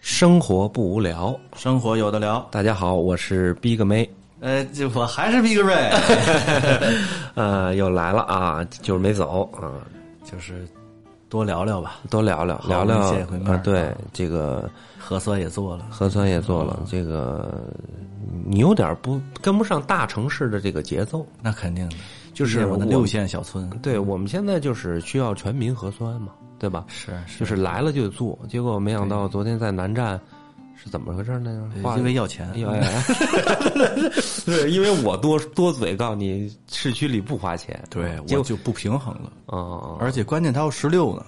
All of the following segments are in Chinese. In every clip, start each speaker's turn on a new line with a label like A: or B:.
A: 生活不无聊，
B: 生活有的聊。
A: 大家好，我是逼个妹，
B: 呃，这我还是 Big Ray，
A: 呃，又来了啊，就是没走啊，
B: 就是多聊聊吧。
A: 多聊聊聊
B: 好
A: 聊
B: 我们见回面
A: 啊，对这个
B: 核酸也做了，
A: 核酸也做了，这个你有点不跟不上大城市的这个节奏，
B: 那肯定的，
A: 就是
B: 我
A: 我
B: 的六线小村。
A: 对我们现在就是需要全民核酸嘛，对吧？
B: 是是，
A: 就是来了就做，结果没想到昨天在南站是怎么回事呢？话
B: 因为要 钱，
A: 呃因为，对，因为我多多嘴告诉你，市区里不花钱。
B: 对
A: 结
B: 我
A: 果
B: 就不平衡了。
A: 哦，
B: 而且关键他要十六呢，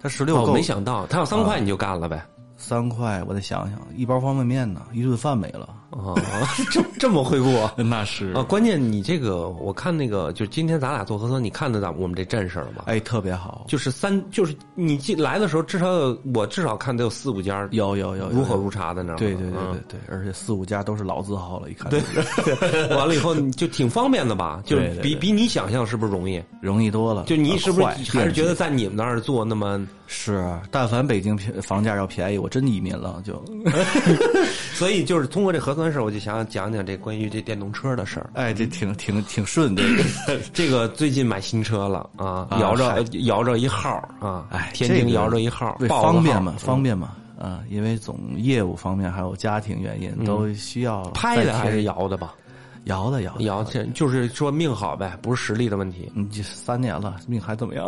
B: 他十六
A: 哦，
B: 够
A: 没啊想到他要三块你就干了呗。
B: 三块，我得想想，一包方便面呢，一顿饭没了。哦
A: 哦， 这这么会过
B: 那 是
A: 啊？关键你这个，我看那个，就今天咱俩做核酸，你看得到我们这阵势了吗？
B: 哎，特别好，
A: 就是三，就是你进来的时候，至少有我至少看得有四五家
B: 有有有有
A: 如火如茶的那儿。嗯
B: 对对对对对，而且四五家都是老字号了，一看对，
A: 对， 完了以后你就挺方便的吧？就是
B: 对对
A: 比
B: 对
A: 比你想象是不是容易？
B: 容易多了。
A: 就你
B: 呃
A: 是不是
B: 快
A: 还是觉得在你们那儿做那么？
B: 是？啊但凡北京便房价要便宜，我真移民了就。
A: 所以就是通过这核酸事儿，我就想讲讲这关于这电动车的事儿。
B: 哎，这挺挺挺顺的。
A: 这个最近买新车了啊，
B: 啊
A: 摇
B: 嗨
A: 着摇着一号啊，
B: 哎，
A: 天
B: 这
A: 津
B: 个
A: 摇着一号，
B: 为
A: 报个
B: 方便
A: 号嗯
B: 嘛，方便嘛啊，因为总业务方面还有家庭原因，都需要
A: 嗯拍的还
B: 再
A: 是
B: 贴
A: 摇的吧？
B: 摇的摇的
A: 摇这就是说命好呗，不是实力的问 题。
B: 你这三年了，命还怎么 样？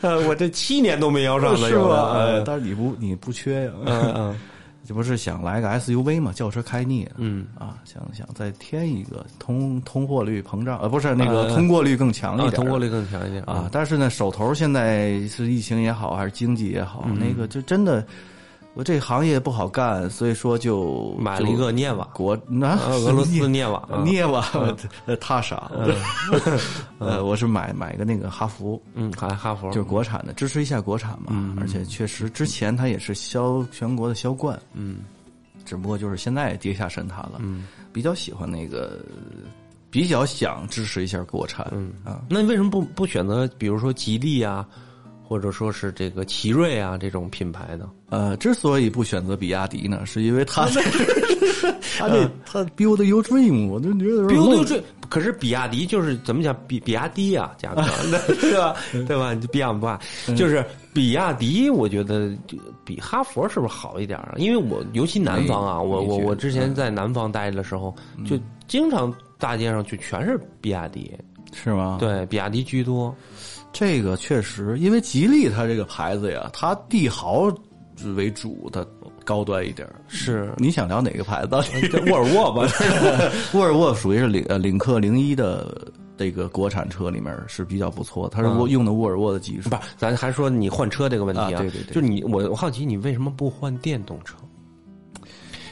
A: 呃，我这七年都没摇上了，
B: 是
A: 有
B: 吧？
A: 的
B: 呃
A: 呃
B: 但是你不你不缺呀，
A: 嗯嗯，
B: 这不是想来个 SUV 嘛？轿车开腻了，
A: 嗯
B: 啊，想想再添一个通通货率膨胀，呃，不是那
A: 呃
B: 个通过率更强一
A: 啊
B: 点，
A: 通过率更强一点
B: 啊，。但是呢，手头现在是疫情也好，还是经济也
A: 嗯
B: 好，那个就真的，我这行业不好干，所以说就
A: 嗯买了一个涅瓦
B: 就国那
A: 呃俄罗斯涅瓦啊
B: 涅瓦呃踏傻， 呃，我是买买个那个哈弗，
A: 嗯，还哈佛
B: 就是国产的，支持一下国产嘛。而且确实之前它也是销全国的销冠，嗯，只不过就是现在也跌下神坛了，嗯，比较喜欢那个。比较想支持一下国产，嗯啊，
A: 那你为什么不不选择，比如说吉利啊，或者说是这个奇瑞啊这种品牌呢？
B: 呃，之所以不选择比亚迪呢，是因为
A: 啊
B: 它它这它 build your dream，我就觉得有
A: 比
B: 点
A: 如就
B: 愣
A: 这，可是比亚迪就是怎么讲，比比亚迪啊，价 格对吧？对吧？你比亚迪啊，
B: 嗯
A: 就是比亚迪，我觉得就比哈佛是不是好一点啊？因为我尤其南方啊，
B: 哎
A: 我
B: 的
A: 我
B: 确嗯
A: 我之前在南方待的时候，就经常大街上就全是比亚迪，
B: 是吗？，
A: 对，比亚迪居多。
B: 这个确实，因为吉利它这个牌子呀，它帝豪为主，它高端一点儿。
A: 是
B: 你想聊哪个牌子？
A: 沃尔沃吧？
B: 沃尔沃属于是领呃领克零一的这个国产车里面是比较不错，它是沃用的沃尔沃的技
A: 嗯
B: 术。
A: 不是，咱还说你换车这个问题
B: 啊对对对
A: 就你我我好奇你为什么不换电动车？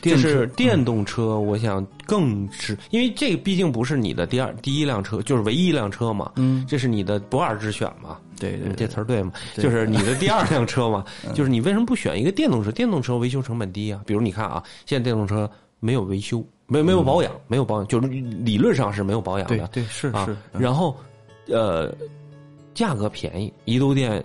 B: 电嗯
A: 就
B: 车
A: 是电动车，我想更是因为这个毕竟不是你的第二第一辆车，就是唯一一辆车嘛，
B: 嗯，
A: 这是你的不二之选嘛，
B: 对对
A: 这
B: 对，
A: 词儿对吗？
B: 对嗯
A: 就是你的第二辆车 嘛，就是你为什么不选一个电动车？电动车维修成本低啊，比如你看啊，现在电动车没有维修，没有没有保养，没有保养，就是理论上是没有保养的，
B: 嗯对对是
A: 啊
B: 是，，嗯
A: 然后呃，价格便宜，宜都店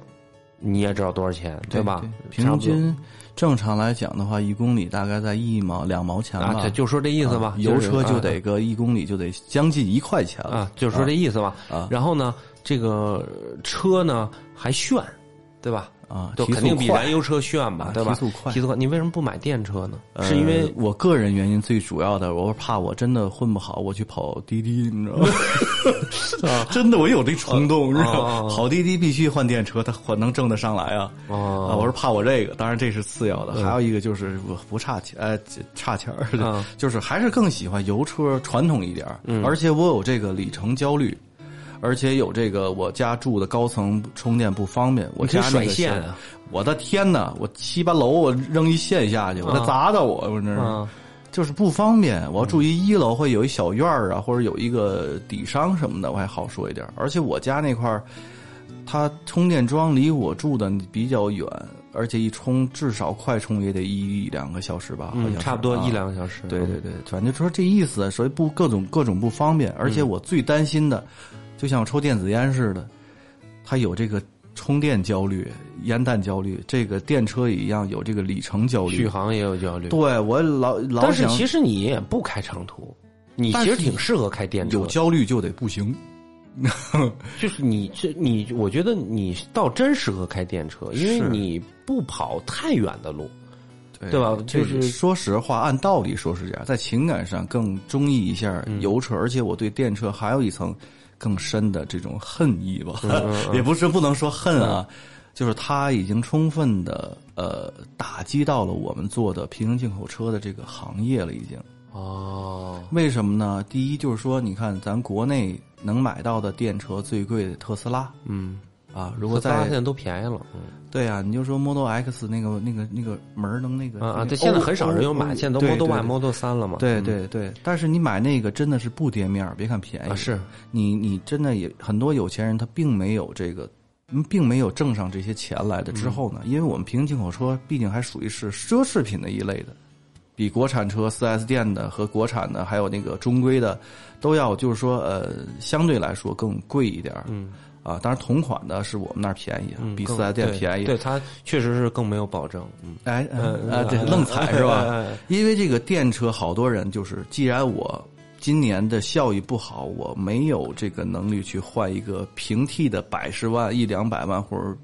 A: 你也知道多少钱，吧？差
B: 平
A: 不多
B: 均正常来讲的话，一公里大概在一毛两毛钱吧。
A: 啊，这就说这意思吧，
B: 啊油
A: 是
B: 车就
A: 啊
B: 得个一公里就得将近一块钱了
A: 啊，就说这意思吧。
B: 啊
A: 然后呢，这个呃车呢还炫，对吧？
B: 啊，
A: 嗯都
B: 提速
A: 肯定比
B: 快
A: 燃油车炫吧
B: 啊，
A: 对吧？
B: 提速快
A: 提速快。你为什么不买电车呢？
B: 呃
A: 是因为
B: 我个人原因最主要的，我怕我真的混不好，我去跑滴滴，你 知道吗？啊真的，我有这冲动，你知道
A: 啊啊啊
B: 吗？跑滴滴必须换电车，它还能挣得上来啊！
A: 哦嗯
B: 啊，我是怕我这个，当然这是次要的，还有一个就是我不差钱，呃，差钱儿
A: 啊，
B: 就是还是更喜欢油车传统一点儿，
A: 嗯
B: 而且我有这个里程焦虑。而且有这个，我家住的高层充电不方便，我
A: 你可以
B: 家那
A: 甩
B: 个
A: 线
B: 是
A: 啊
B: 我的天呐，我七八楼我扔一线下去，我
A: 嗯
B: 得砸到我，我真是、
A: 啊
B: 就是不方便。我要
A: 嗯
B: 住一一楼会有一小院儿啊，或者有一个底商什么的，我还好说一点。而且我家那块儿，它充电桩离我住的比较远，而且一充至少快充也得一两个小时吧，好像
A: 嗯
B: 是
A: 差不多
B: 啊
A: 一两个小时，
B: 对对对，反正就说这意思，所以不各种各种不
A: 嗯
B: 方便，而且我最担心的，就像我抽电子烟似的，它有这个充电焦虑、烟弹焦虑，这个电车也一样有这个里程焦
A: 嗯续
B: 虑。
A: 航也有焦虑。
B: 对我老老
A: 但是
B: 想
A: 其实你也不开长途，你
B: 但
A: 其实
B: 是
A: 挺适合开电车
B: 有
A: 的。
B: 焦虑就得步行，
A: 就是你这你，我觉得你倒真适合开电车，因为
B: 是
A: 你不跑太远的路。
B: 对
A: 对吧
B: 这
A: 就是
B: 说实话，按道理说是这样，在情感上更中意一下
A: 嗯
B: 油车，而且我对电车还有一层更深的这种恨意吧，
A: 嗯
B: 也不是不能说恨啊，就是它已经充分的呃打击到了我们做的平行进口车的这个行业了，已经。
A: 哦，
B: 为什么呢？第一就是说，你看咱国内能买到的电车最贵的特斯拉
A: 嗯，
B: 啊，如
A: 我
B: 果
A: 大家
B: 在
A: 现在都便宜了，嗯
B: 对啊，你就说 Model X 那个那个那个门儿能那个
A: 啊
B: 那
A: 啊，
B: 个哦
A: 对，现在
B: 欧
A: 很少人有
B: 欧
A: 买，现在都
B: 对
A: Model
B: 对
A: Y、
B: 对
A: Model 三了嘛。嗯
B: 对对对，但是你买那个真的是不跌面儿，别看便宜，
A: 啊是
B: 你你真的也很多有钱人他并没有这个，嗯并没有挣上这些钱来的。
A: 嗯
B: 之后呢，因为我们平行进口车毕竟还属于是奢侈品的一类的，比国产车四 S 店的和国产的还有那个中规的都要就是说呃相对来说更贵一点儿。
A: 嗯
B: 啊，当然同款的是我们那儿便宜啊，
A: 嗯，
B: 比
A: 更
B: 四 S 店
A: 对
B: 便宜。
A: 对，它确实是更没有保证。嗯，
B: 哎，
A: 嗯
B: 啊，对，
A: 嗯
B: 愣踩是吧？
A: 哎哎哎
B: 因为这个电车，好多人就是，既然我今年的效益不好，我没有这个能力去换一个平替的百十万、一两百万或者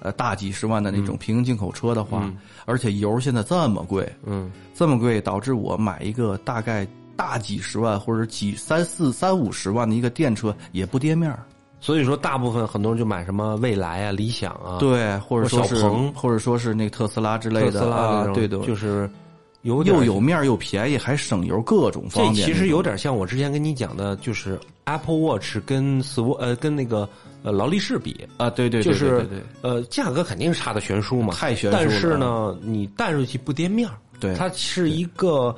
B: 呃大几十万的那种平行进口车的话，而且油现在这么贵，
A: 嗯
B: 这么贵，导致我买一个大概大几十万或者几三四三五十万的一个电车也不跌面儿，
A: 所以说大部分很多人就买什么蔚来啊、理想啊、
B: 对，或者说
A: 或
B: 是
A: 小鹏
B: 或者说是那个特斯拉之类
A: 特
B: 的
A: 斯拉
B: 啊
A: 那种，
B: 对对，
A: 就是有点
B: 又有面儿又便宜，还省油，各种
A: 这
B: 方便。
A: 其实有点像我之前跟你讲的，就是 Apple Watch 跟 Sw 呃跟那个呃劳力士比，
B: 啊，对对，对
A: 就是
B: 对对对
A: 呃价格肯定是差的悬殊嘛，
B: 太悬殊了啊
A: 但是呢，你带入去不跌面儿，
B: 对
A: 它是一个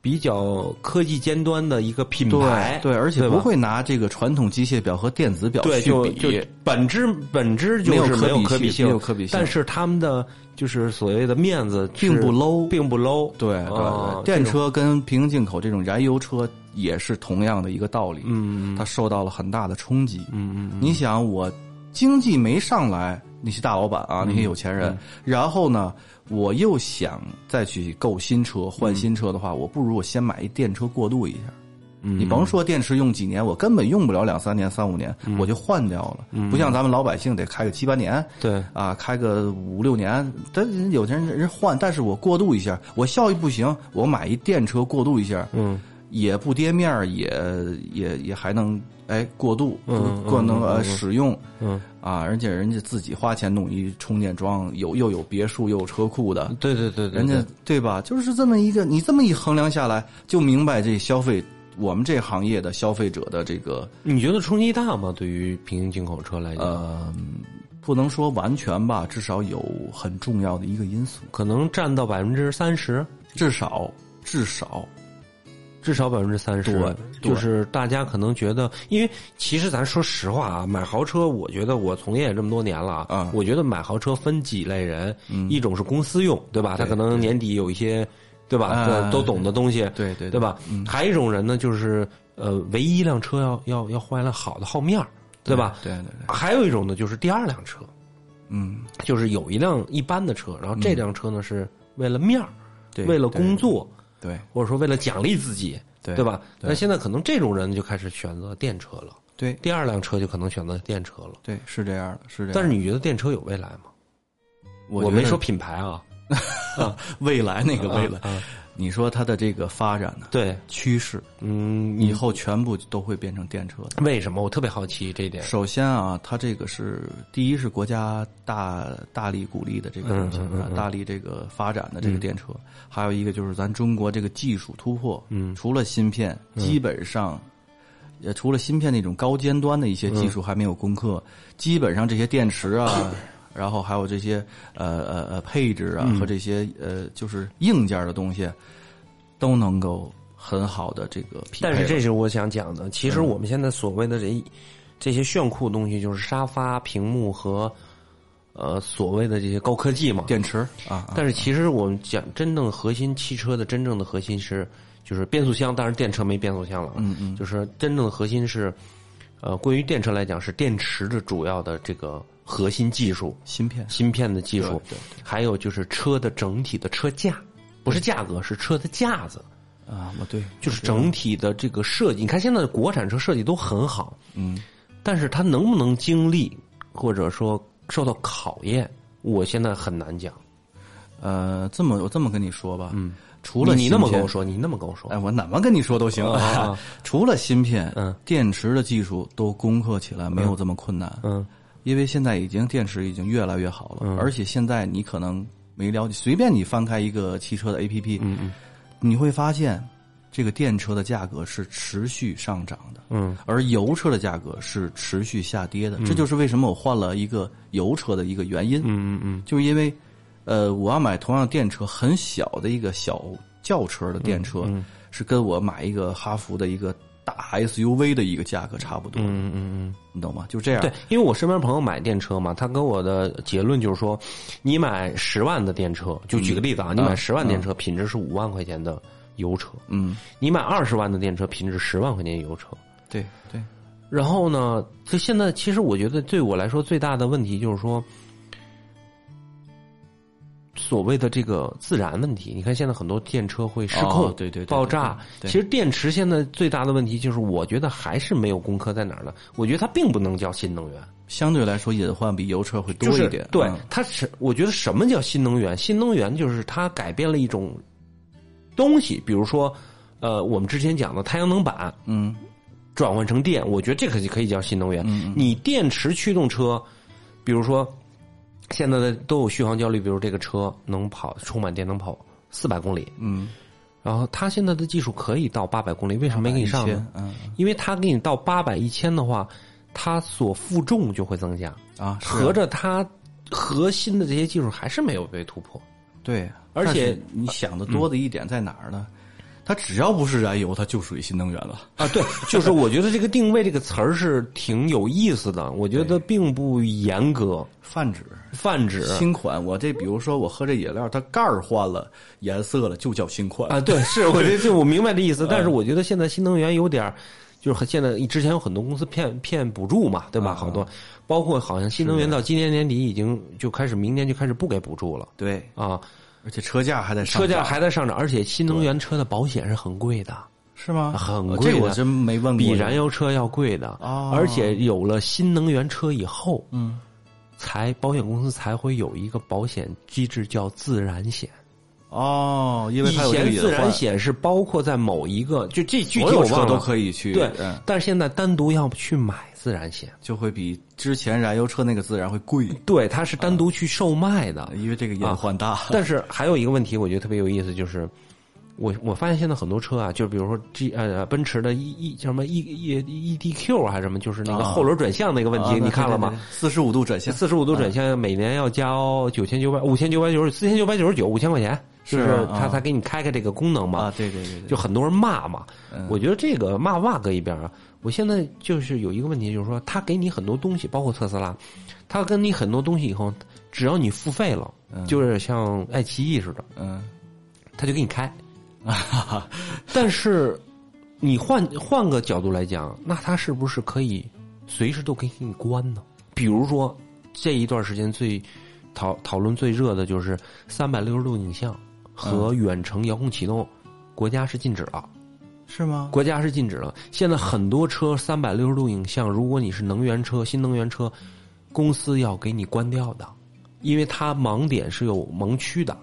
A: 比较科技尖端的一个品牌
B: 对，对，而且
A: 对吧
B: 不会拿这个传统机械表和电子表
A: 对
B: 去
A: 就
B: 比，
A: 就本质本质就
B: 没有
A: 是
B: 可
A: 没有
B: 比
A: 可比
B: 性没有可比性
A: 但是他们的就是所谓的面子是
B: 并不 low。
A: 并不 low，
B: 对对
A: 啊
B: 对，电车跟平行进口这种燃油车也是同样的一个道理，
A: 嗯
B: 它受到了很大的冲击。
A: 嗯嗯
B: 你想，我经济没上来，那些大老板啊，那
A: 嗯
B: 些有钱人，然后呢，我又想再去购新车、换新车的话，我不如我先买一电车过渡一下。
A: 嗯，
B: 你甭说电池用几年，我根本用不了两三年、三五年，
A: 嗯
B: 我就换掉了。不像咱们老百姓得开个七八年，
A: 对。
B: 啊，开个五六年，但人有钱人人换，但是我过渡一下，我效益不行，我买一电车过渡一下，
A: 嗯，
B: 也不跌面儿，也也也还能哎过渡，
A: 嗯
B: 过能
A: 嗯
B: 呃使用，
A: 嗯
B: 啊，而且人家自己花钱弄一充电桩，有又有别墅又有车库的，
A: 对对对对，
B: 人
A: 嗯对
B: 家对吧？就是这么一个，你这么一衡量下来，就明白这消费我们这行业的消费者的这个
A: 你觉得冲击大吗？对于平行进口车来讲，
B: 呃，不能说完全吧，至少有很重要的一个因素，
A: 可能占到百分之三十，
B: 至少至少
A: 至少百分之三十
B: 对。对
A: 就是大家可能觉得，因为其实咱说实话啊，买豪车，我觉得我从业也这么多年了
B: 啊嗯
A: 我觉得买豪车分几类人，一种是公司用，对吧？他可能年底有一些，对吧？
B: 啊
A: 呃都懂的东西，
B: 对对嗯
A: 对？吧？还有一种人呢，就是呃，唯一一辆车要要要换一辆好的后面儿，对吧？
B: 对对对，
A: 还有一种呢，就是第二辆车，
B: 嗯，
A: 就是有一辆一般的车，然后这辆车呢是为了面儿，
B: 对，
A: 为了工作，
B: 对，
A: 或者说为了奖励自己，
B: 对
A: 对吧？那现在可能这种人就开始选择电车了，
B: 对对
A: 第二辆车就可能选择电车了。
B: 对，是这样的，是这样的。
A: 但是你觉得电车有未来吗？啊我
B: 觉
A: 没
B: 得
A: 说品牌啊，
B: 未来那个未来，
A: 啊啊
B: 你说它的这个发展呢、
A: 对，
B: 趋势，
A: 嗯，
B: 以
A: 你
B: 后全部都会变成电车的。
A: 为什么？我特别好奇这一点。
B: 首先啊，它这个是第一是国家大大力鼓励的这个东西，啊大力这个发展的这个电车，还有一个就是咱中国这个技术突破，嗯，除了芯片，
A: 嗯
B: 基本上。也除了芯片那种高尖端的一些
A: 嗯
B: 技术还没有攻克，基本上这些电池 啊，然后还有这些呃呃呃配置啊、
A: 嗯
B: 和这些呃就是硬件的东西，都能够很好的这个匹配
A: 但
B: 了。
A: 是这是我想讲的。其实我们现在所谓的这这些炫酷的东西，就是沙发、屏幕和呃所谓的这些高科技嘛。
B: 电池啊，啊
A: 但是其实我们讲真正的核心，汽车的真正的核心是就是变速箱，当然电车没变速箱了，嗯嗯，就是真正的核心是，呃，关于电车来讲是电池的主要的这个核心技术，
B: 芯片
A: 芯片的技术
B: 对对，
A: 还有就是车的整体的车架，不是价格，是车的架子。
B: 啊，我对，
A: 就是整体的这个设计，你看现在的国产车设计都很好，
B: 嗯，
A: 但是它能不能经历或者说受到考验，我现在很难讲。
B: 呃，这么我这么跟你说吧，嗯，除
A: 你
B: 了
A: 你那么
B: 芯片
A: 跟我，说，哦你那么跟我说
B: 哎，，我怎么跟你说都行 啊。除了芯片，
A: 嗯，
B: 电池的技术都攻克起来没有这么困难，
A: 嗯，
B: 因为现在已经电池已经越来越好了，而且现在你可能没了解，随便你翻开一个汽车的 APP，嗯嗯，你会发现这个电车的价格是持续上涨的，
A: 嗯，
B: 而油车的价格是持续下跌的，这就是为什么我换了一个油车的一个原因，
A: 嗯嗯嗯，
B: 就是因为，呃，我要买同样电车，很小的一个小轿车的电车，是跟我买一个哈弗的一个大 SUV 的一个价格差不多，嗯嗯嗯，你懂吗？就这样，
A: 对，因为我身边朋友买电车嘛，他跟我的结论就是说，你买十万的电车，就举个例子啊，你买十万电车，品质是五万块钱的油车，
B: 嗯，
A: 你买二十万的电车，品质十万块钱的油车，
B: 对对，
A: 然后呢，就现在其实我觉得对我来说最大的问题就是说，所谓的这个自燃问题。你看现在很多电车会失控，
B: 哦对对对对
A: 爆炸。
B: 对对
A: 其实电池现在最大的问题就是，我觉得还是没有攻克在哪儿呢？我觉得它并不能叫新能源，
B: 相对来说隐患比油车会多
A: 就是
B: 一点，
A: 对
B: 嗯，
A: 它是我觉得什么叫新能源？新能源就是它改变了一种东西，比如说，呃，我们之前讲的太阳能板，
B: 嗯
A: 转换成电，我觉得这可可以叫新能源。你电池驱动车，比如说现在的都有续航焦虑，比如这个车能跑充满电能跑四百公里，
B: 嗯，
A: 然后它现在的技术可以到八百公里，为什么没给你上
B: 一千
A: 呢？
B: 嗯
A: 因为它给你到八百一千的话，它所负重就会增加，
B: 啊，是啊
A: 合着它核心的这些技术还是没有被突破。
B: 对，
A: 而
B: 但是
A: 且呃嗯
B: 你想的多的一点在哪儿呢？它只要不是燃油，它就属于新能源了。
A: 啊，对，就是我觉得这个定位这个词儿是挺有意思的，我觉得并不严格
B: 泛指
A: 泛指，
B: 新款，我这比如说我喝这饮料，它盖儿换了颜色了，就叫新款
A: 啊，对，是，我觉得这我明白这意 思，但是我觉得现在新能源有点儿，就是很现在之前有很多公司骗骗补助嘛，对吧？好多，包括好像新能源到今年年底已经就开始，明年就开始不给补助了
B: 对，
A: 啊，
B: 而且车价还在上
A: 车
B: 涨，
A: 价还在上涨，而且新能源车的保险是很贵的，
B: 是吗？
A: 很
B: 呃
A: 贵
B: 这我
A: 的
B: 真没问过。
A: 比燃油车要贵的，
B: 哦
A: 而且有了新能源车以后，嗯，才保险公司才会有一个保险机制叫自燃险。
B: 哦，因为
A: 以
B: 它有这个
A: 前
B: 隐
A: 自然
B: 患，
A: 险是包括在某一个，就这具体
B: 所有
A: 忘
B: 车
A: 了
B: 都可以去
A: 对
B: 嗯，
A: 但是现在单独要去买自然险，
B: 就会比之前燃油车那个自然会贵，
A: 对，它是单独去售卖的。
B: 因为这个隐患大。
A: 啊 但是还有一个问题，我觉得特别有意思，就是我我发现现在很多车啊，就比如说 G 呃奔驰的 E E 叫什么 E E E D Q 还是什么，就是那个
B: 啊
A: 后轮转向那个问题，你看了吗？？
B: 四十五度转向，
A: 四十五度转向每年要交九千九百五千九百九十四千九百九十九五千块钱，就是
B: 啊
A: 是他
B: 啊
A: 才给你开开这个功能嘛。
B: 啊，对对对嗯对，
A: 就很多人骂嘛。我觉得这个骂骂搁一边啊，我现在就是有一个问题，就是说他给你很多东西，包括特斯拉，他跟你很多东西以后，只要你付费了，就是像爱奇艺似的，
B: 嗯，
A: 他就给你开。但是你换换个角度来讲，那他是不是可以随时都可以给你关呢？比如说这一段时间最讨讨论最热的就是三百六十度影像和远程遥控启动，国家是禁止了。
B: 是吗？
A: 国家是禁止了。现在很多车三百六十度影像，如果你是能源车、新能源车，公司要给你关掉的，因为它盲点是有盲区的。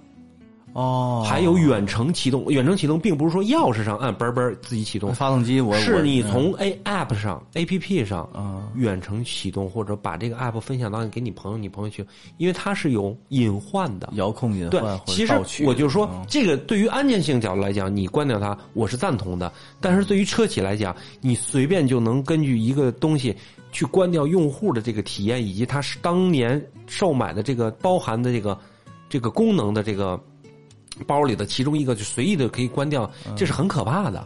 B: 哦，
A: 还有远程启动，远程启动并不是说钥匙上按嘣儿嘣儿自己启动，
B: 发动机我，我嗯
A: 是你从 A App 上、A P P 上
B: 啊
A: 远程启动，或者把这个 App 分享到你给你朋友、你朋友去，因为它是有隐患的。
B: 遥控隐
A: 对
B: 患，或
A: 其
B: 者
A: 实
B: 盗取，
A: 我就说
B: 嗯，
A: 这个对于安全性角度来讲，你关掉它，我是赞同的。但是对于车企来讲，你随便就能根据一个东西去关掉用户的这个体验，以及他是当年售买的这个包含的这个这个功能的这个包里的其中一个，就随意的可以关掉，
B: 嗯
A: 这是很可怕的。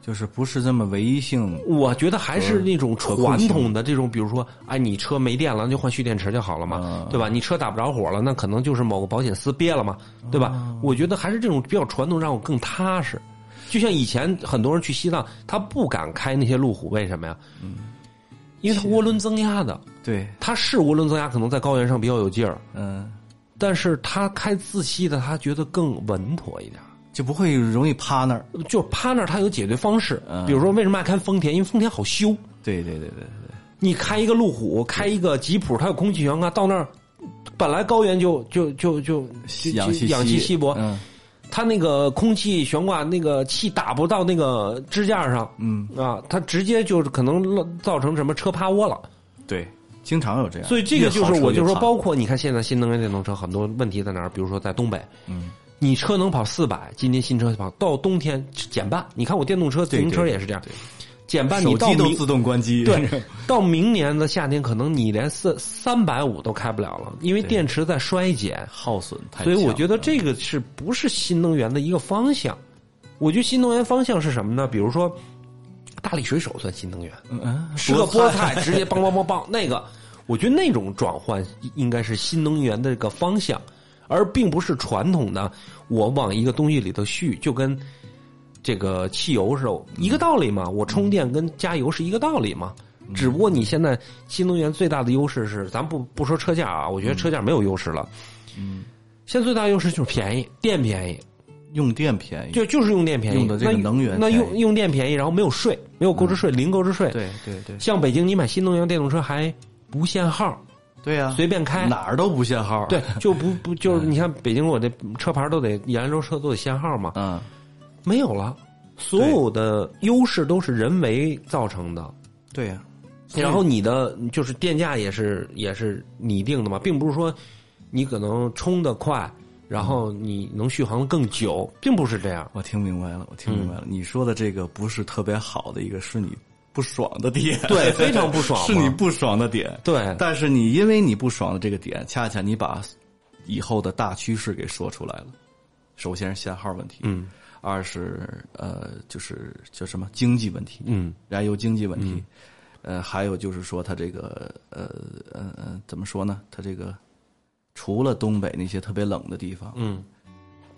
B: 就是不是这么唯一性。
A: 我觉得还
B: 嗯
A: 是那种
B: 控
A: 传
B: 性
A: 统的这种，比如说，哎，你车没电了，那就换蓄电池就好了嘛
B: 嗯，
A: 对吧？你车打不着火了，那可能就是某个保险丝憋了嘛，
B: 嗯
A: 对吧？我觉得还是这种比较传统，让我更踏实。
B: 嗯
A: 就像以前很多人去西藏，他不敢开那些路虎，为什么呀？因为它涡轮增压的，
B: 对，
A: 它是涡轮增压，可能在高原上比较有劲儿，
B: 嗯，
A: 但是它开自吸的，它觉得更稳妥一点。
B: 就不会容易趴那儿。
A: 就是趴那儿，它有解决方式
B: 嗯。
A: 比如说，为什么爱开丰田？因为丰田好修。
B: 对对对对对，
A: 你开一个路虎，开一个吉普，它有空气悬挂，到那儿本来高原就就就就就
B: 氧气
A: 氧气稀薄，
B: 嗯
A: 它那个空气悬挂那个气打不到那个支架上
B: 嗯，
A: 啊，它直接就是可能造成什么车趴窝了。
B: 嗯对，经常有这样。
A: 所以这个就是我就
B: 越
A: 说，
B: 好
A: 包括你看现在新能源电动车很多问题在哪儿？比如说在东北，
B: 嗯，
A: 你车能跑四百，今年新车跑到冬天减半。你看我电动车、自
B: 对
A: 行车
B: 对
A: 也是这样，减半。你
B: 手
A: 到
B: 机都
A: 明
B: 自动关机。
A: 对，到明年的夏天，可能你连四三百五都开不了了，因为
B: 对
A: 电池在衰减。
B: 耗损太
A: 所以我
B: 强
A: 觉得这个是不是新能源的一个方向？我觉得新能源方向是什么呢？比如说，大力水手算新能源，
B: 嗯嗯
A: 吃个菠菜直接梆梆梆梆，那个，我觉得那种转换应该是新能源的这个方向，而并不是传统的我往一个东西里头续，就跟这个汽油是一个道理嘛。我充电跟加油是一个道理嘛。
B: 嗯
A: 只不过你现在新能源最大的优势是，咱不不说车价啊，我觉得车价没有优势了。
B: 嗯，
A: 现在最大优势就是便宜，电便宜，
B: 用电便宜。
A: 就就是用电便宜，
B: 用的这个
A: 那
B: 能源
A: 那
B: 便宜嗯
A: 用用电便宜，然后没有税，没有购置税，零购置税，
B: 对对对
A: 像北京，你买新能源电动车还不限号，
B: 对呀，
A: 随便开。
B: 哪儿都不限号。啊
A: 对，，就不不就是你看北京，我这车牌都得扬州车都得限号嘛，
B: 嗯，
A: 没有了。所有的优势都是人为造成的，
B: 对呀，所以
A: 然后你的就是电价也是也是你定的嘛，并不是说你可能充的快，然后你能续航更久，并不是这 样。
B: 我听明白了，我听明
A: 嗯
B: 白了。你说的这个不是特别好的一个，是你不爽的点，
A: 对非常不爽嘛
B: 是你不爽的点。
A: 对，
B: 但是你因为你不爽的这个点，恰恰你把以后的大趋势给说出来了。首先是限号问题，
A: 嗯
B: 二是呃，就是叫什么经济问题，
A: 嗯
B: 燃油经济问题，呃，还有就是说它这个呃呃呃，怎么说呢？它这个除了东北那些特别冷的地方，
A: 嗯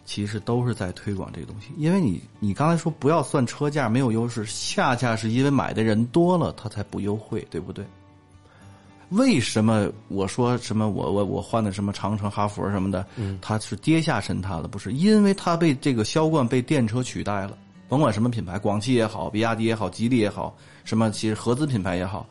B: 其实都是在推广这个东西。因为你你刚才说不要算车价没有优势，恰恰是因为买的人多了，它才不优惠，对不对？为什么我说什么我我我换的什么长城、哈佛什么的，
A: 嗯
B: 它是跌下神坛了？不是，因为它被这个销冠被电车取代了。甭管什么品牌，广汽也好，比亚迪也好，吉利也好，什么其实合资品牌也好，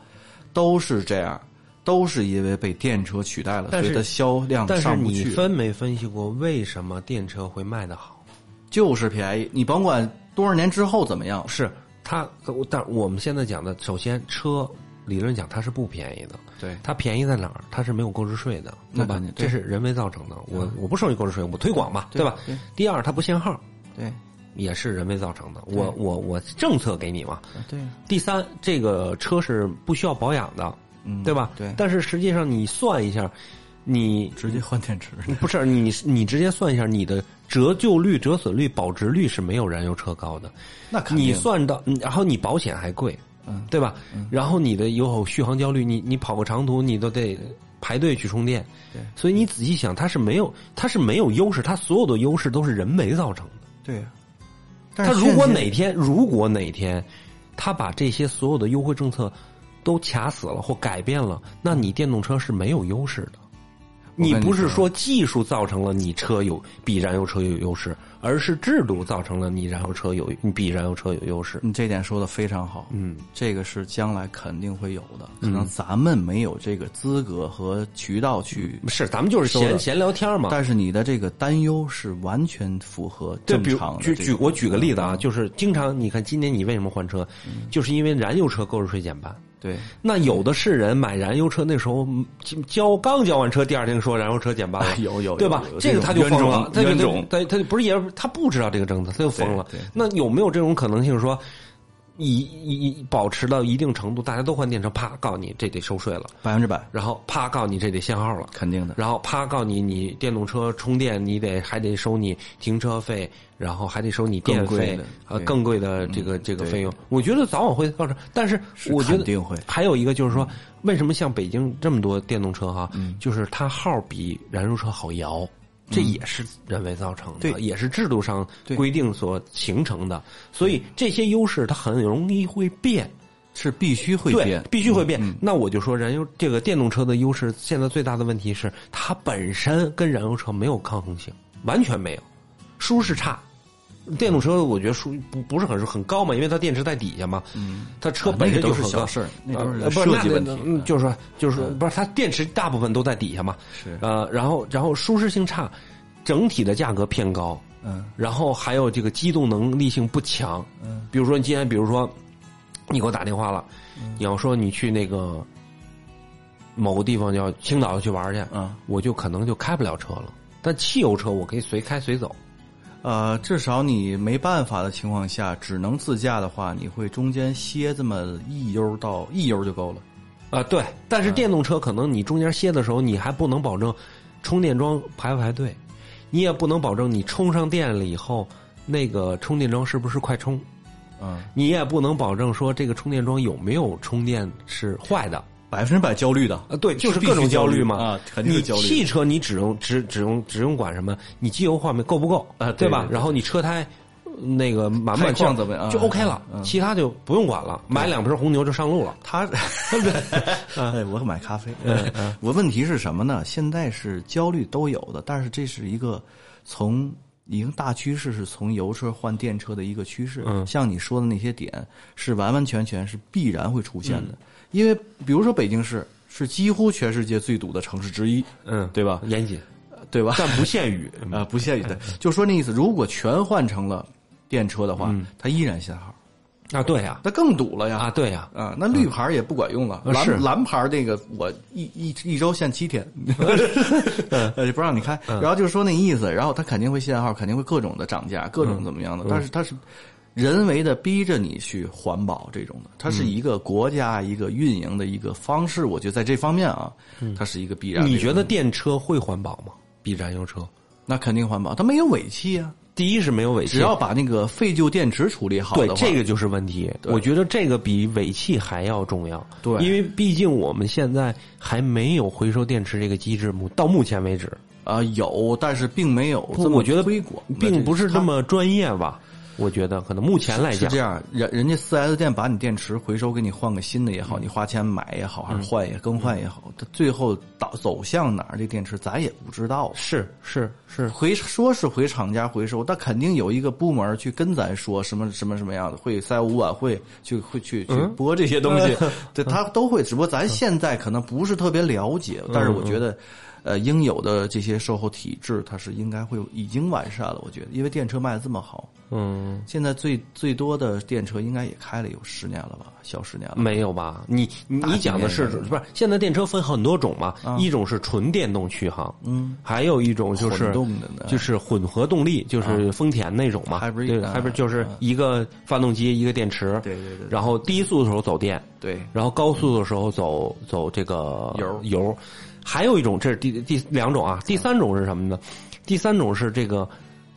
B: 都是这样，都是因为被电车取代了，所
A: 但是
B: 以它销量
A: 但是
B: 上不去。
A: 你分没分析过为什么电车会卖得好？
B: 就是便宜，你甭管多少年之后怎么样，
A: 是它，但我们现在讲的，首先车理论讲它是不便宜的，
B: 对
A: 它便宜在哪儿？它是没有购置税的，
B: 那
A: 对吧
B: 肯定？对嗯
A: 这是人为造成的，我我不收你购置税，我推广嘛，对吧？
B: 对
A: 第二，它不限号，
B: 对啊
A: 也是人为造成的，我我我政策给你嘛。
B: 对，啊
A: 第三，这个车是不需要保养的，
B: 嗯，
A: 对吧？
B: 对，
A: 但是实际上你算一下，你
B: 直接换电池，
A: 不是你你直接算一下你的折旧率、折损率、保值率是没有燃油车高的。
B: 那肯定
A: 你算到，嗯然后你保险还贵，
B: 嗯
A: 对吧？然后你的有续航焦虑，你你跑个长途，你都得排队去充电。
B: 对
A: 所以你仔细想，它是没有，它是没有优势，它所有的优势都是人为造成的。
B: 对啊呀。
A: 它如果哪天，如果哪天，它把这些所有的优惠政策都卡死了或改变了，那你电动车是没有优势的。
B: 我跟你
A: 你
B: 说
A: 不是说技术造成了你车有比燃油车有优势，而是制度造成了你燃油车有你比燃油车有优势。
B: 你这点说的非常好，
A: 嗯，
B: 这个是将来肯定会有的，可能咱们没有这个资格和渠道去，
A: 嗯是，咱们就是
B: 收
A: 闲
B: 了
A: 闲聊天嘛。
B: 但是你的这个担忧是完全符合
A: 对，
B: 正
A: 比如
B: 常的这嗯
A: 举
B: 个。
A: 举我举个例子啊，就是经常你看今年你为什么换车，
B: 嗯
A: 就是因为燃油车购置税减半。
B: 对，
A: 那有的是人买燃油车，那时候嗯交刚交完车，第二天说燃油车减半了，
B: 哎有有
A: 哎对吧
B: 有有？
A: 这个他就
B: 冤
A: 疯
B: 种
A: 了，他就
B: 冤种
A: 他他不是也他不知道这个政策，他就疯了
B: 对对。
A: 那有没有这种可能性说，以以以保持到一定程度，大家都换电车，啪告你这得收税了，
B: 百分之百
A: 然后啪告你这得限号了，
B: 肯定的。
A: 然后啪告你，你电动车充电你得还得收你停车费，然后还得收你电
B: 更贵
A: 费
B: 的，
A: 呃，
B: 对嗯
A: 更贵的这个这个
B: 对
A: 费用，我觉得早晚会造成。但是
B: 是
A: 我觉
B: 肯
A: 得
B: 定会
A: 还有一个就是说，为什么像北京这么多电动车哈，
B: 嗯
A: 就是它号比燃油车好摇。这也是人为造成的，
B: 对
A: 也是制度上
B: 对
A: 规定所形成的，所以这些优势它很容易会变。
B: 是必须会
A: 对
B: 变，，嗯
A: 必须会变。那我就说，燃油这个电动车的优势，现在最大的问题是它本身跟燃油车没有抗衡性，完全没有，舒适差。电动车我觉得舒不不是很很高嘛，因为它电池在底下嘛，嗯，它车
B: 啊
A: 本身
B: 那
A: 就
B: 个都
A: 很
B: 是
A: 高
B: 小事儿那都是
A: 呃不
B: 设计
A: 那
B: 问题啊
A: 那嗯就是说就是说不是它电池大部分都在底下嘛，
B: 是
A: 呃，然后然后舒适性差，整体的价格偏高，
B: 嗯
A: 然后还有这个机动能力性不强。
B: 嗯，
A: 比如说你今天，比如说你给我打电话了，你要说你去那个某个地方叫青岛去玩去，
B: 嗯，
A: 我就可能就开不了车了。但汽油车我可以随开随走，
B: 呃，至少你没办法的情况下，只能自驾的话，你会中间歇这么一悠到一悠就够了。
A: 啊、对。但是电动车可能你中间歇的时候，你还不能保证充电桩排不排队，你也不能保证你充上电了以后那个充电桩是不是快充。
B: 嗯，
A: 你也不能保证说这个充电桩有没有充电是坏的，
B: 百分之百焦虑的
A: 啊，对，就是
B: 必
A: 各种
B: 须焦
A: 虑
B: 虑
A: 嘛。
B: 啊肯定是焦虑
A: 你汽车你只用只只用只用管什么？你机油换没够不够
B: 啊
A: 对
B: 对
A: 吧
B: 对？对
A: 然后你车胎呃那个满不满
B: 开
A: 气儿
B: 矿怎么样啊
A: 就 OK 了，
B: 嗯
A: 其他就不用管了。买两瓶红牛就上路了。
B: 他，哎，我买咖啡。
A: 嗯
B: 我问题是什么呢？现在是焦虑都有的，但是这是一个从一个大趋势，是从油车换电车的一个趋势。
A: 嗯
B: 像你说的那些点，是完完全全是必然会出现的。
A: 嗯
B: 因为比如说北京市是几乎全世界最堵的城市之一，
A: 嗯，
B: 对吧？
A: 严谨，
B: 对吧？
A: 但不限 于。
B: 啊，不屑于的，就说那意思。如果全换成了电车的话，
A: 嗯
B: 它依然限号，
A: 啊，对呀，
B: 那更堵了呀。
A: 啊，对呀，
B: 啊，那绿牌儿也不管用了，
A: 嗯是
B: 蓝蓝牌儿那个我一一一周限七天， 呃就不让你开。
A: 嗯
B: 然后就是说那意思，然后他肯定会限号，肯定会各种的涨价，各
A: 嗯
B: 种怎么样的。但是它是人为的逼着你去环保这种的，它
A: 嗯
B: 是一个国家一个运营的一个方式。我觉得在这方面啊，它是一个必然的一个。
A: 嗯你觉得电车会环保吗？比燃油车？
B: 那肯定环保，它没有尾气啊，
A: 第一是没有尾气，
B: 只要把那个废旧电池处理好
A: 对
B: 的，话，
A: 这个就是问题。
B: 对
A: 我觉得这个比尾气还要重要。
B: 对
A: 因为毕竟我们现在还没有回收电池这个机制，目到目前为止，
B: 啊、有，但是并没有
A: 不
B: 这么
A: 我觉得
B: 推广，
A: 并不是
B: 它
A: 这么专业吧？我觉得可能目前来
B: 是
A: 讲
B: 这，样，人人家四 S 店把你电池回收，给你换个新的也好，你花钱买也好，还是换也更换也好，它最后导走向哪儿，这电池咱也不知道。
A: 是是是，
B: 回说是回厂家回收，但肯定有一个部门去跟咱说什么什么什么样的，会赛五晚会去会去去播这些东西， 对他都会。只不过咱现在可能不是特别了解，但是我觉得，呃，应有的这些售后体制，它是应该会已经完善了。我觉得，因为电车卖的这么好，
A: 嗯，
B: 现在最最多的电车应该也开了有十年了吧，小十年了。
A: 没有吧？你你
B: 大
A: 你讲的是
B: 几年
A: 不是？现在电车分很多种嘛，一种是纯电动续航，嗯，还有一种就是
B: 混动的呢
A: 就是混合动力，就是丰田那种嘛
B: Hybrid
A: 对
B: 啊
A: 啊 hybrid 就是一个发动机一个电池，
B: 对对对
A: 然后低速的时候走电，
B: 对，
A: 然后高速的时候走走这个
B: 油嗯
A: 油，还有一种这是第第两种啊，第三种是什么呢？第三种是这个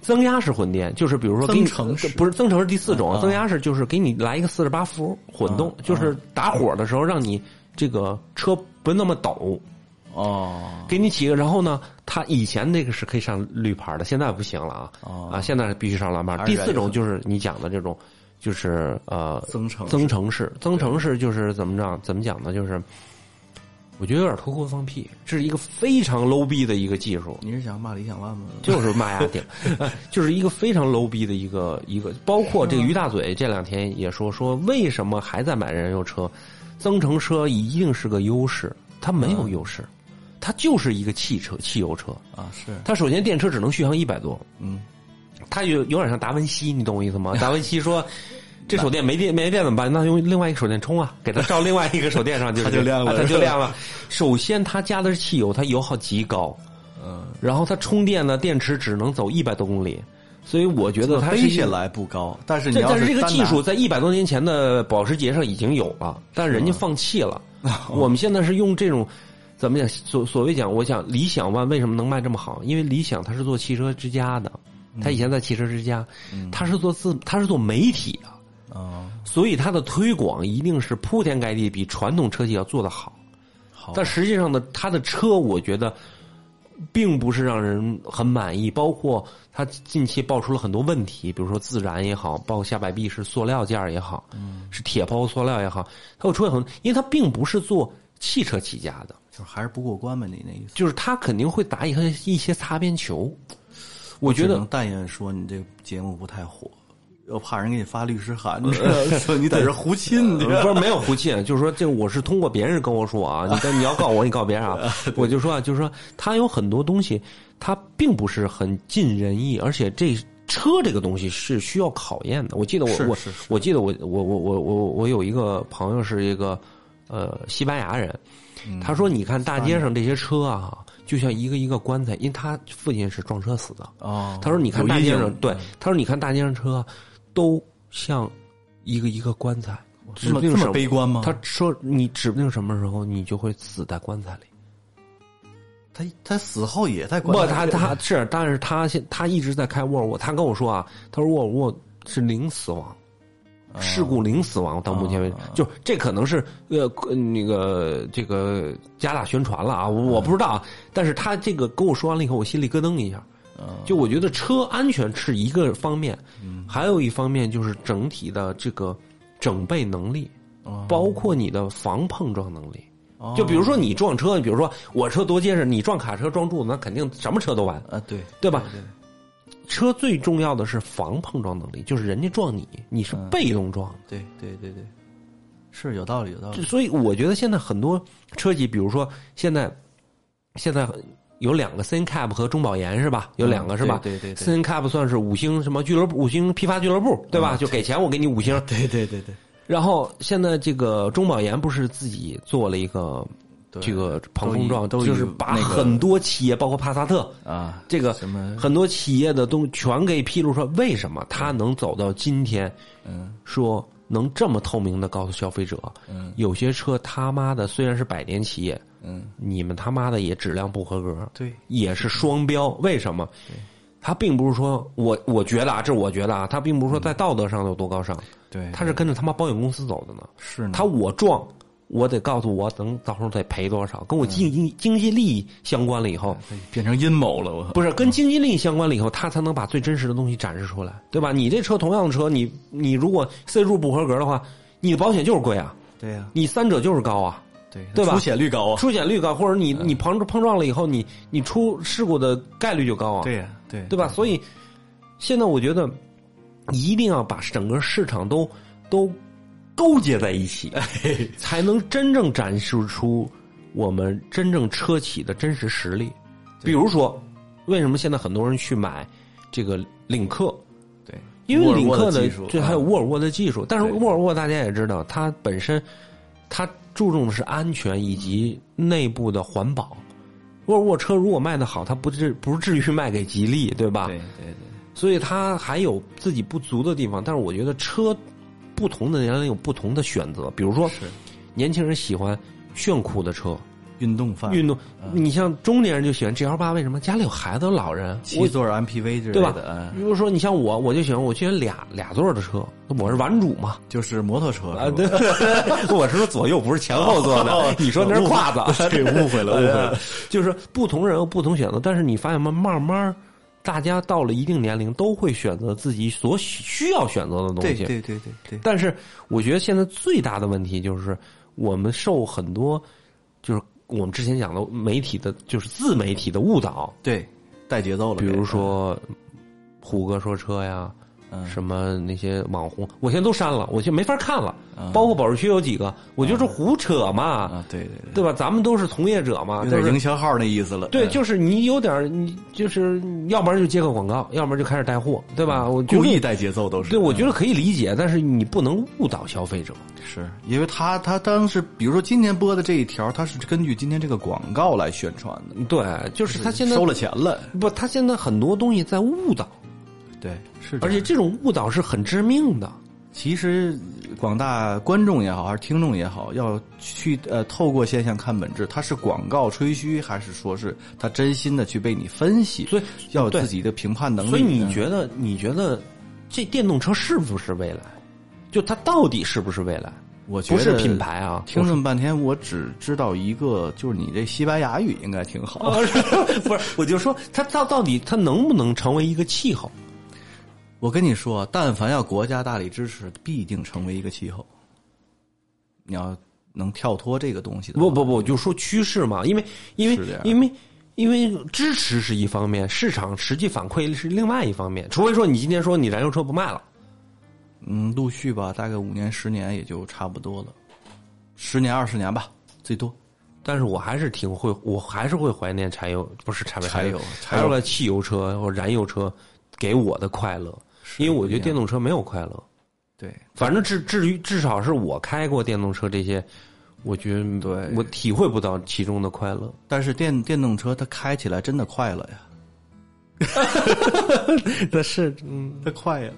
A: 增压式混电，就是比如说给你
B: 增程式嗯
A: 不是增程是第四种，啊增压式就是给你来一个四十八伏混动，就是打火的时候让你这个车不那么抖，
B: 哦，
A: 给你起个，然后呢，它以前那个是可以上绿牌的，现在不行了啊、
B: 哦
A: 啊，现在是必须上蓝牌。
B: 还是
A: 第
B: 燃
A: 四
B: 油
A: 种就是你讲的这种，就是呃
B: 增程式
A: 增程式，增程式就是怎么着怎么讲呢？就是我觉得有点脱裤子放屁，这是一个非常 low 逼的一个技术。
B: 你是想骂理想 ONE 吗？
A: 就是卖压顶，哎就是一个非常 low 逼的一个一个，包括这个于大嘴这两天也说说，为什么还在买燃油车？增程车一定是个优势，它没有优势，它就是一个汽车汽油车。
B: 啊，是，
A: 它首先电车只能续航一百多，
B: 嗯，
A: 它有有点像达文西，你懂我意思 吗？达文西说。这手电没电没电怎么办？那用另外一个手电充啊，给它照另外一个手电上，就
B: 它就亮了
A: 啊它就亮了。首先，它加的是汽油，它油耗极高，
B: 嗯，
A: 然后它充电呢，电池只能走一百多公里，所以我觉得它是
B: 飞
A: 一
B: 起
A: 个。
B: 来不高，但是你
A: 这
B: 要
A: 但是这个
B: 单
A: 技
B: 拿
A: 术在一百多年前的保时捷上已经有了，但人家放弃了。
B: 哦
A: 我们现在是用这种怎么讲？所所谓讲，我想理想 ONE 为什么能卖这么好？因为理想它是做汽车之家的，它以前在汽车之家，
B: 嗯
A: 它是做自它是做媒体的，
B: 啊，
A: 所以它的推广一定是铺天盖地，比传统车企要做得好。
B: 好，
A: 但实际上呢，它的车我觉得并不是让人很满意，包括它近期爆出了很多问题，比如说自燃也好，包括下摆臂是塑料件儿也好，是铁抛塑料也好，它会出现很，因为它并不是做汽车起家的，
B: 就是还是不过关吧？你那意思？
A: 就是它肯定会打一些一些擦边球。我
B: 我
A: 觉得
B: 但愿说你这个节目不太火，我怕人给你发律师函，你知道
A: 呃
B: 吗说你在这胡沁，你知 道
A: 不
B: 吗
A: 是没有胡沁，就是说这我是通过别人跟我说啊，你但你要告我，你告别人 啊，我就说啊，就是说他有很多东西，他并不是很尽人意，而且这车这个东西是需要考验的。我记得我
B: 是
A: 我
B: 是是
A: 我记得我我我我我我有一个朋友是一个呃西班牙人，
B: 嗯
A: 他说你看大街上这些车啊，就像一个一个棺材，因为他父亲是撞车死的，
B: 哦，
A: 他说：“你看
B: 有
A: 大
B: 阴
A: 街
B: 影
A: 上，对，他说你看大街上车，都像一个一个棺材，指
B: 这
A: 不
B: 么
A: 定
B: 这
A: 什
B: 么
A: 么。
B: 悲观吗？
A: 他说你指不定什么时候你就会死在棺材里。
B: 他他死后也在
A: 不
B: 棺，材
A: 他
B: 里
A: 他是，但是他现他一直在开沃尔沃，他跟我说啊，他说沃尔沃是零死亡。”
B: 啊
A: 事故零死亡，到目前为止，就这可能是呃呃那个这个加大宣传了啊，我我不知道啊。但是他这个跟我说完了以后，我心里咯噔一下，
B: 嗯
A: 就我觉得车安全是一个方面，还有一方面就是整体的这个整备能力，
B: 哦
A: 包括你的防碰撞能力。就比如说你撞车，比如说我车多结实，你撞卡车撞柱子，那肯定什么车都完，
B: 啊，对，
A: 对吧？车最重要的是防碰撞能力，就是人家撞你，你是被动撞的。
B: 对对对对，是有道理，有道
A: 就
B: 理。
A: 所以我觉得现在很多车企，比如说现在现在有两个 CNCAP 和中保研是吧？有两个是吧？
B: 嗯对对对
A: CNCAP 算是五星什么俱乐部、五星批发俱乐部对
B: 啊
A: 吧？就给钱我给你五星。
B: 对对对对，
A: 然后现在这个中保研不是自己做了一个
B: 对
A: 这个防碰撞，
B: 都以
A: 就是
B: 都以
A: 把
B: 那个
A: 很多企业，包括帕萨特，
B: 啊，
A: 这个
B: 什么
A: 很多企业的东全给披露出来，为什么他能走到今天？
B: 嗯，
A: 说能这么透明的告诉消费者，
B: 嗯，
A: 有些车他妈的虽然是百年企业，
B: 嗯，
A: 你们他妈的也质量不合格，
B: 对，
A: 也是双标。为什么？他并不是说我我觉得啊，这我觉得啊，他并不是说在道德上有多高尚，
B: 对，
A: 他是跟着他妈保险公司走的呢。
B: 是呢
A: 他我撞，我得告诉我能到时候得赔多少，跟我经经经济利益相关了以后，
B: 变成阴谋了，我
A: 不是跟经济利益相关了以后，他才能把最真实的东西展示出来，对吧？你这车同样的车，你你如果 C 柱不合格的话，你的保险就是贵啊，
B: 对呀，
A: 你三者就是高啊，
B: 对
A: 对吧
B: 出险率高啊，
A: 出险率高，或者你你碰碰撞了以后，你你出事故的概率就高啊，
B: 对呀，对
A: 对吧？所以现在我觉得一定要把整个市场都都勾结在一起，才能真正展示出我们真正车企的真实实力。比如说，为什么现在很多人去买这个领克？
B: 对，
A: 因为领克
B: 沃尔沃的技术
A: 对还有
B: 啊
A: 沃尔沃的技术，但是
B: 对
A: 沃尔沃大家也知道，它本身它注重的是安全以及内部的环保。沃尔沃车如果卖的好，它不至不至于卖给吉利，对吧？
B: 对对对。
A: 所以它还有自己不足的地方。但是我觉得车不同的年龄有不同的选择，比如说
B: 是
A: 年轻人喜欢炫酷的车，
B: 运动范，
A: 运动。你像中年人就喜欢 G L 八，为什么？家里有孩子有老人，
B: 七
A: 我
B: 座 MPV 之类
A: 对吧
B: 的，嗯
A: 比如说你像我，我就喜欢我喜欢俩俩座的车，我是玩主 嘛。
B: 就是摩托车
A: 啊，
B: 是吧
A: 对，我是说左右不是前后座
B: 哦
A: 的，你说那是胯 子，哎
B: 对，误会了，误会 了。
A: 就是不同人有不同选择，但是你发现吗？慢慢，大家到了一定年龄都会选择自己所需要选择的东
B: 对
A: 西。
B: 对对对对，
A: 但是我觉得现在最大的问题就是，我们受很多就是我们之前讲的媒体的，就是自媒体的误导，
B: 对，带节奏了。
A: 比如说虎哥说车呀，
B: 嗯
A: 什么那些网红，我现在都删了，我现在没法看了。
B: 嗯
A: 包括保时区有几个，我觉得这胡扯嘛，
B: 啊，对对对，
A: 对吧？咱们都是从业者嘛，
B: 有
A: 啊就
B: 点
A: 是
B: 营销号那意思了。
A: 对，
B: 嗯
A: 就是你有点儿，你就是要不然就接个广告，要不然就开始带货，对吧？我觉得
B: 嗯故意带节奏都是。
A: 对，我
B: 嗯
A: 觉得可以理解，但是你不能误导消费者。
B: 是因为他他当时，比如说今天播的这一条，他是根据今天这个广告来宣传的，
A: 对，就是他现在
B: 嗯收了钱了。
A: 不，他现在很多东西在误导，
B: 对，是这样。
A: 而且这种误导是很致命的。
B: 其实广大观众也好，还是听众也好，要去呃透过现象看本质，它是广告吹嘘，还是说是他真心的去为你分析？
A: 所以
B: 要有
A: 对
B: 自己的评判能力。
A: 所以你
B: 嗯
A: 觉得，你觉得这电动车是不是未来？就它到底是不是未来？
B: 我觉
A: 不
B: 得
A: 是品牌啊，
B: 听这么半天，我只知道一个，就是你这西班牙语应该挺好。
A: 不是 不是，我就说它到到底它能不能成为一个气候？
B: 我跟你说，但凡要国家大力支持，必定成为一个气候。你要能跳脱这个东西的话，
A: 不不不，我就说趋势嘛，因为因
B: 是这
A: 为
B: 样
A: 因为因为支持是一方面，市场实际反馈是另外一方面。除非说你今天说你燃油车不卖了，
B: 嗯，陆续吧，大概五年、十年也就差不多了，十年、二十年吧，最多。
A: 但是我还是挺会，我还是会怀念柴油，不是柴油，
B: 柴油柴
A: 柴
B: 油
A: 油的汽油车或燃油车给我的快乐，因为我觉得电动车没有快乐。
B: 对，
A: 反正至至于至少是我开过电动车这些，我觉得
B: 对
A: 我体会不到其中的快乐。
B: 但是电电动车它开起来真的快了呀，
A: 那是嗯，
B: 它快呀，